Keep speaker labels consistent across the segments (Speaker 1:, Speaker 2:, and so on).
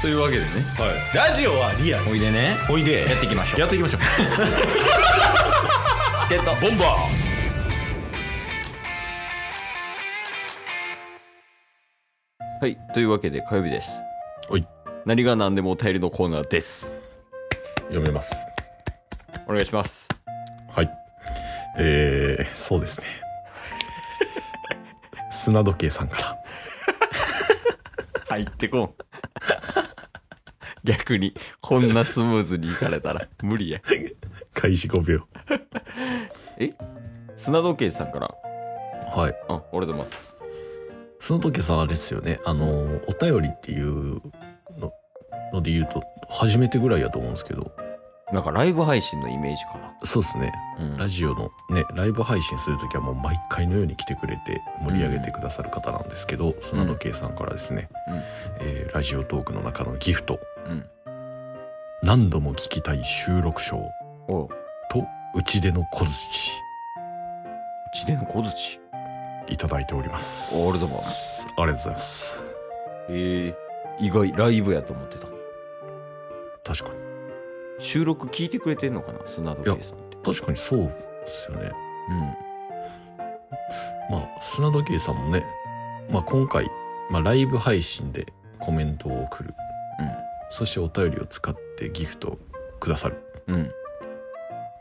Speaker 1: というわけでね
Speaker 2: はい、ラジオはリアル
Speaker 1: おいでね
Speaker 2: おいで
Speaker 1: やっていきましょう
Speaker 2: やっていきましょう
Speaker 1: ゲット
Speaker 2: ボンバ
Speaker 1: はいというわけで火曜日です
Speaker 2: ーはい
Speaker 1: 何が何でもお便りのコーナーです
Speaker 2: 読めます
Speaker 1: お願いします
Speaker 2: はいえー、そうです ね砂時計さんから
Speaker 1: 入ってこん 逆にこんなスムーズにいかれたら 無理や
Speaker 2: 開始5秒
Speaker 1: 砂時計さんから
Speaker 2: はい
Speaker 1: あありがとうございます
Speaker 2: 砂時計さんあれですよねあのお便りっていうのので言うと初めてぐらいやと思うんですけど
Speaker 1: なんかライブ配信のイメージかな
Speaker 2: そうですね
Speaker 1: うん
Speaker 2: ラジオのねライブ配信する時はもう毎回のように来てくれて盛り上げてくださる方なんですけど、砂時計さんからですね、
Speaker 1: うん
Speaker 2: えーラジオトークの中のギフト
Speaker 1: うん
Speaker 2: 何度も聞きたい収録賞
Speaker 1: おう
Speaker 2: と打ち出の小槌
Speaker 1: 自転の小槌
Speaker 2: いただいております
Speaker 1: おありがとうございます
Speaker 2: ありがとうございます
Speaker 1: えー、意外ライブやと思ってた
Speaker 2: 確かに
Speaker 1: 収録聞いてくれてんのかな砂時計さんって
Speaker 2: 確かにそうですよね
Speaker 1: うん
Speaker 2: まあ砂時計さんもね、まあ、今回、まあ、ライブ配信でコメントを送るそしてお便りを使ってギフトをくださる
Speaker 1: うんうん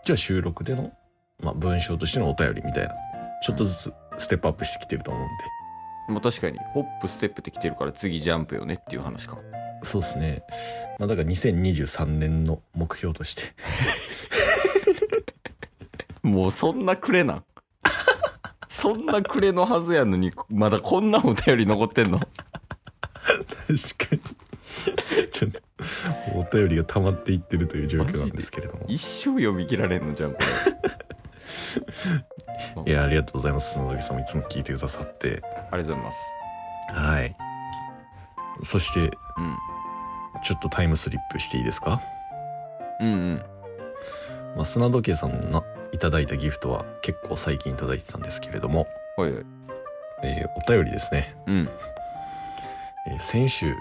Speaker 2: じゃあ収録での、まあ、文章としてのお便りみたいなちょっとずつステップアップしてきてると思うんで、
Speaker 1: まあ確かにホップステップってきてるから次ジャンプよねっていう話か
Speaker 2: そうですねまあだから2023年の目標として
Speaker 1: もうそんなくれなん そんなくれのはずやのにまだこんなお便り残ってんの
Speaker 2: 確かにちょっとお便りが溜まっていってるという状況なんですけれどもい
Speaker 1: 一生読み切られんのじゃんこれ
Speaker 2: やありがとうございます砂時さんもいつも聞いてくださって
Speaker 1: ありがとうございます
Speaker 2: はいそしてちょっとタイムスリップしていいですか、
Speaker 1: うんうんうん
Speaker 2: まあ、砂時計さんのいただいたギフトは結構最近いただいてたんですけれども、
Speaker 1: はいはい
Speaker 2: えーお便りですね、
Speaker 1: うん
Speaker 2: えー先週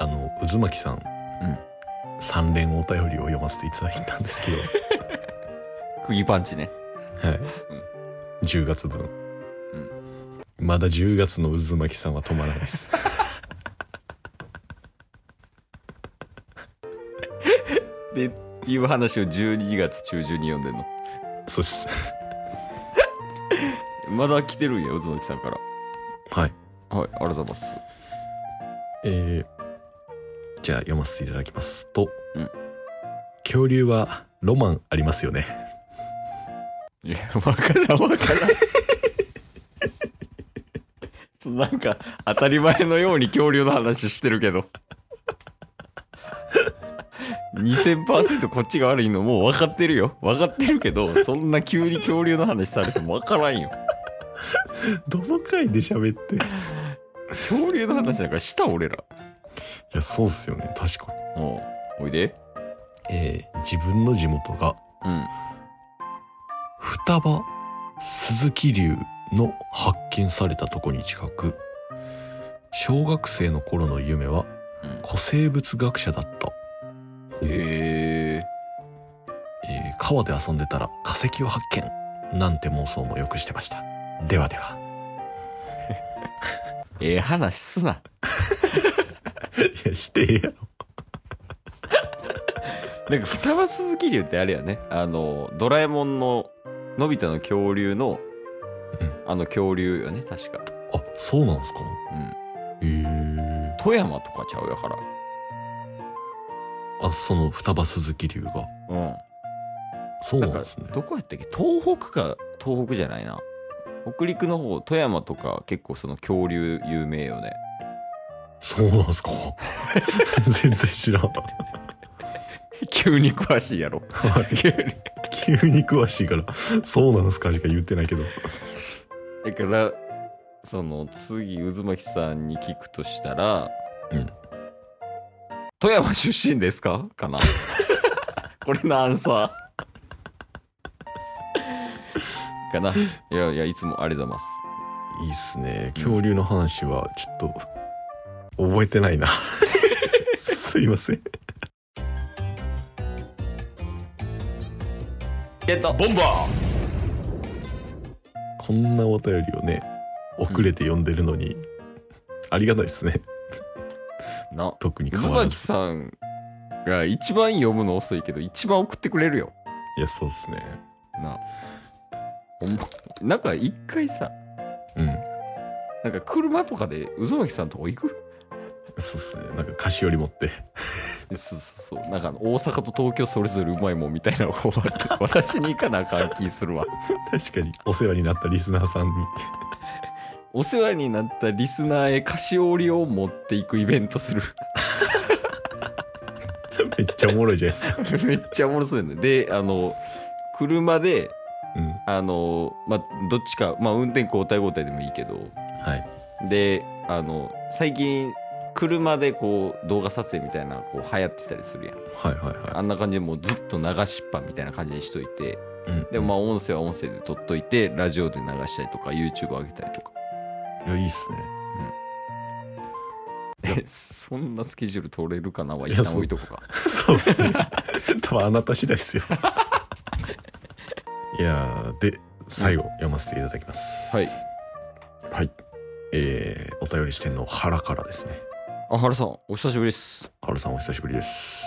Speaker 2: あの渦巻さん、
Speaker 1: ん
Speaker 2: 三連お便りを読ませていただいたんですけど
Speaker 1: 釘パンチね
Speaker 2: はい、10月分、まだ10月の渦巻さんは止まらないです
Speaker 1: でっていう話を12月中旬に読んでんの
Speaker 2: そうです
Speaker 1: まだ来てるんや渦巻さんから
Speaker 2: はい
Speaker 1: はいありがとうございます
Speaker 2: えーじゃあ読ませていただきますと、
Speaker 1: うん
Speaker 2: 恐竜はロマンありますよね
Speaker 1: いやわからんわからん なんか当たり前のように恐竜の話してるけど2000%こっちが悪いのもう分かってるよ分かってるけどそんな急に恐竜の話されても分からんよ
Speaker 2: どの回で喋ってい
Speaker 1: 恐竜の話なんかした俺ら
Speaker 2: やそうっすよね確か
Speaker 1: おうおいで
Speaker 2: に、えー自分の地元が
Speaker 1: うん
Speaker 2: 双葉鈴木流の発見されたとこに近く小学生の頃の夢は
Speaker 1: うん
Speaker 2: 古生物学者だった、
Speaker 1: へえ
Speaker 2: えー川で遊んでたら化石を発見なんて妄想もよくしてましたではでは
Speaker 1: ええ話すない
Speaker 2: やしてえやろ
Speaker 1: なんか双葉鈴木流ってあれやねあのドラえもんののび太の恐竜の、
Speaker 2: うん
Speaker 1: あの恐竜よね確か、
Speaker 2: あそうなんですか
Speaker 1: うん、
Speaker 2: へえ
Speaker 1: 富山とかちゃうやから
Speaker 2: あその双葉鈴木流が
Speaker 1: う
Speaker 2: そうんな
Speaker 1: なん
Speaker 2: ん
Speaker 1: か
Speaker 2: ですね
Speaker 1: どこやったっけ東北か東北じゃないな北陸の方富山とか結構その恐竜有名よね
Speaker 2: そうなん ですか全然知らん
Speaker 1: 急に詳しい やろ急に
Speaker 2: 急に詳しいからそうなんですかしか言ってないけど
Speaker 1: だからその次渦巻さんに聞くとしたら、
Speaker 2: うん
Speaker 1: 富山出身ですかかな これのアンサーかないやいやいつもありがとうござい
Speaker 2: いいっすね恐竜の話はちょっと覚えてないなすいません
Speaker 1: ゲット
Speaker 2: ボンバーこんなお便りをね遅れて読んでるのに、ありがたいですね
Speaker 1: な
Speaker 2: 特に変わら
Speaker 1: 椿
Speaker 2: ず
Speaker 1: さんが一番読むの遅いけど一番送ってくれるよ
Speaker 2: いやそうですね
Speaker 1: なほんまなんか一回さ
Speaker 2: うん
Speaker 1: なんか車とかで渦巻さんとこ行く
Speaker 2: そうっすねなんか菓子折り持って
Speaker 1: そうそうそうなんかあの大阪と東京それぞれうまいもんみたいなのをこう渡しに行かなあかん気するわ
Speaker 2: 確かにお世話になったリスナーさんに
Speaker 1: お世話になったリスナーへ菓子折りを持っていくイベントする
Speaker 2: めっちゃおもろいじゃないです か
Speaker 1: めっちゃおもろそうやねであの車で
Speaker 2: うん
Speaker 1: あのまあどっちかまあ運転交代交代でもいいけど
Speaker 2: はい
Speaker 1: であの最近車でこう動画撮影みたいなこう流行ってたりするやん
Speaker 2: はいはい
Speaker 1: あ
Speaker 2: は
Speaker 1: んな感じでもうずっと流しっぱみたいな感じにしといて
Speaker 2: いうん
Speaker 1: でまあ音声は音声で撮っといてラジオで流したりとか YouTube 上げたりとか
Speaker 2: いやいいっすね
Speaker 1: え そんなスケジュール取れるかなはい一
Speaker 2: や
Speaker 1: 旦置いとこか
Speaker 2: そうっすね。 多分あなた次第ですよ。 いやーで、最後読ませていただきます。
Speaker 1: はい。
Speaker 2: はい。えー、お便り視点の原からですね。
Speaker 1: あ原さんお久しぶりです
Speaker 2: 原さんお久しぶりです。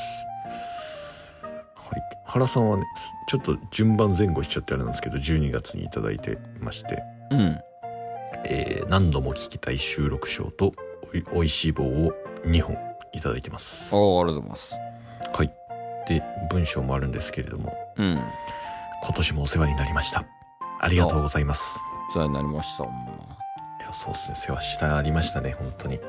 Speaker 2: はい。原さんはね、すちょっと順番前後しちゃってあれなんですけど、12月にいただいてまして、
Speaker 1: うん
Speaker 2: えー何度も聞きたい収録賞とおい、おいしい棒を2本いただいてます。
Speaker 1: ああ
Speaker 2: は
Speaker 1: ありがとうございます
Speaker 2: い。で、文章もあるんですけれども、
Speaker 1: うん
Speaker 2: 今年もお世話になりました。ありがとうございます。
Speaker 1: お世話になりましたほんま
Speaker 2: いや、そうですね。世話してありましたね、本当に。ん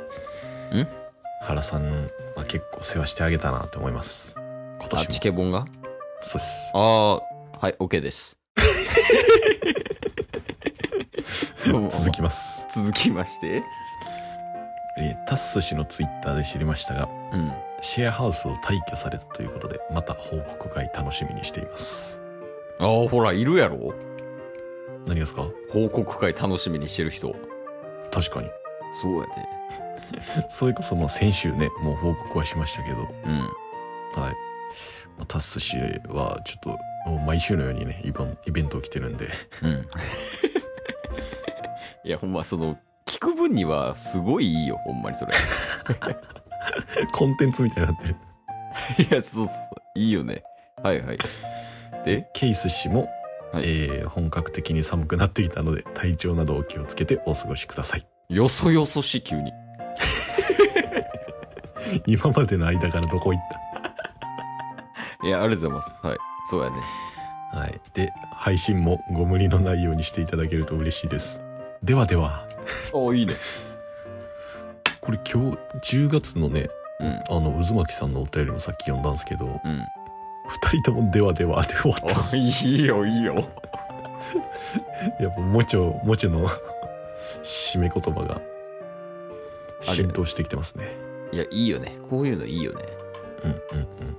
Speaker 2: 原さんは結構世話してあげたなと思います。今
Speaker 1: あ
Speaker 2: 年も。
Speaker 1: チケボンが
Speaker 2: そうです。
Speaker 1: ああはい OK です
Speaker 2: 続きます。
Speaker 1: 続きまして
Speaker 2: えータッス氏のツイッターで知りましたが、
Speaker 1: うん
Speaker 2: シェアハウスを退去されたということで、また報告会楽しみにしています。
Speaker 1: ああほらいるやろ
Speaker 2: 何がですか
Speaker 1: 報告会楽しみにしてる人
Speaker 2: 確かに。
Speaker 1: そうや
Speaker 2: それこそもう先週ね、もう報告はしましたけど、
Speaker 1: でうん
Speaker 2: はい。まあタッス氏はちょっと、もう毎週のようにね、イベンイベント起きてるんで、
Speaker 1: うん いやほんまその聞く分にはすごいいいよほんまにそれ
Speaker 2: コンテンツみたいになってる。
Speaker 1: いやそうそういいよねはいはいで
Speaker 2: ケイス氏も、
Speaker 1: はい
Speaker 2: えー本格的に寒くなってきたので、体調などお気をつけてお過ごしください。
Speaker 1: よそよそしい急に
Speaker 2: 今までの間からどこ行っ
Speaker 1: いやありがとうございますはいそうやね
Speaker 2: たはい。で、配信もご無理のないようにしていただけると嬉しいです。ではでは、
Speaker 1: あいいね
Speaker 2: これ今日10月のね、
Speaker 1: うん
Speaker 2: あの、渦巻さんのお便りもさっき読んだんですけど、
Speaker 1: うん
Speaker 2: 二人ともではではで終わったんで
Speaker 1: あ
Speaker 2: す。
Speaker 1: いいよいいよ
Speaker 2: やっぱ、もちょ、もちょの締め言葉が浸透してきてますね。
Speaker 1: いやいいよねこういうのいいよね
Speaker 2: うんうんうん。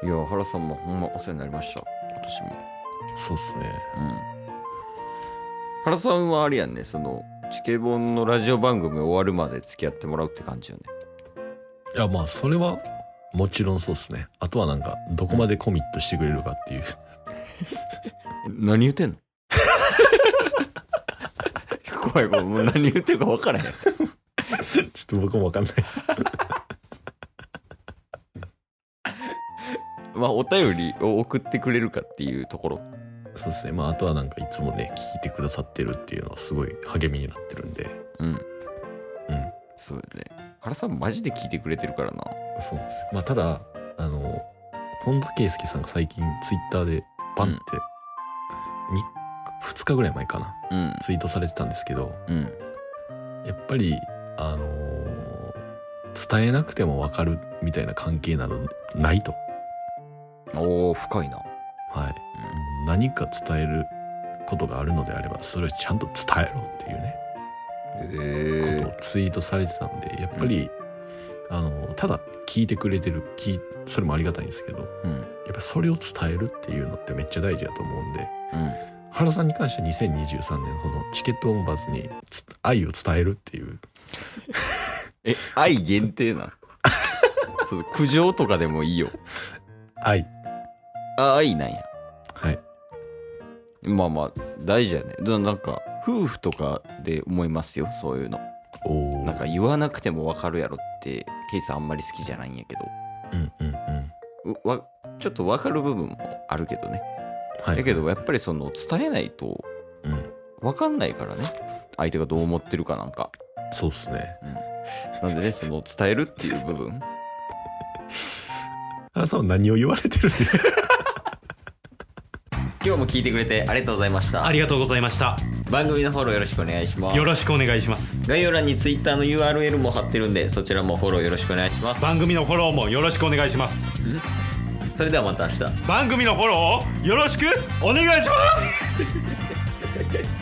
Speaker 1: いや原さんもほんまお世話になりました今年も
Speaker 2: そうっすね。
Speaker 1: うん原さんはあれやんねそのチケボンのラジオ番組終わるまで付き合ってもらうって感じよね
Speaker 2: いやまあそれはもちろんそうですねあとはなんかどこまでコミットしてくれるか っていう
Speaker 1: 何言ってんの 怖い怖いもう何言ってるか分からへん
Speaker 2: ちょっと僕もわかんないです
Speaker 1: まあお便りを送ってくれるかっていうところ
Speaker 2: そうですねまああとはなんかいつもね聞いてくださってるっていうのはすごい励みになってるんで
Speaker 1: うんうん
Speaker 2: うん
Speaker 1: そうだね原さんマジで聞いてくれてるからな
Speaker 2: そうなんですよまあただあの本田圭佑さんが最近ツイッターでバンって、み2日ぐらい前かな
Speaker 1: うん
Speaker 2: ツイートされてたんですけど
Speaker 1: うん
Speaker 2: やっぱりあのー伝えなくてもわかるみたいな関係などないと
Speaker 1: おー深いな、
Speaker 2: はい何か伝えることがあるのであればそれをちゃんと伝えろっていうね、
Speaker 1: うん、え
Speaker 2: ことをツイートされてたんでやっぱり、あのただ聞いてくれてる聞いそれもありがたいんですけどや
Speaker 1: うん
Speaker 2: っぱそれを伝えるっていうのってめっちゃ大事だと思うんで
Speaker 1: うん
Speaker 2: 原さんに関しては2023年そのチケットオンバーズにつ愛を伝えるっていう
Speaker 1: え愛限定な その苦情とかでもいいよ
Speaker 2: 愛。
Speaker 1: あ愛なんや
Speaker 2: はい。
Speaker 1: まあまあ大事やねななんか夫婦とかで思いますよそういうの
Speaker 2: おお。
Speaker 1: なんか言わなくても分かるやろってケイさんあんまり好きじゃないんやけ
Speaker 2: うんうんうん。
Speaker 1: どうわちょっと分かる部分もあるけどね
Speaker 2: はい。
Speaker 1: だけどやっぱりその伝えないと
Speaker 2: うん。
Speaker 1: 分かんないからね相手がどう思ってるかなんか
Speaker 2: そうっすね。
Speaker 1: なんでねその伝えるっていう部分
Speaker 2: 原さんは何を言われてるんですか
Speaker 1: 今日も聞いてくれてありがとうございました
Speaker 3: ありがとうございました
Speaker 1: 番組のフォローよろしくお願いします
Speaker 3: よろしくお願いします
Speaker 1: 概要欄に Twitter の URL も貼ってるんでそちらもフォローよろしくお願いします
Speaker 3: 番組のフォローもよろしくお願いします
Speaker 1: それではまた明日
Speaker 3: 番組のフォローをよろしくお願いします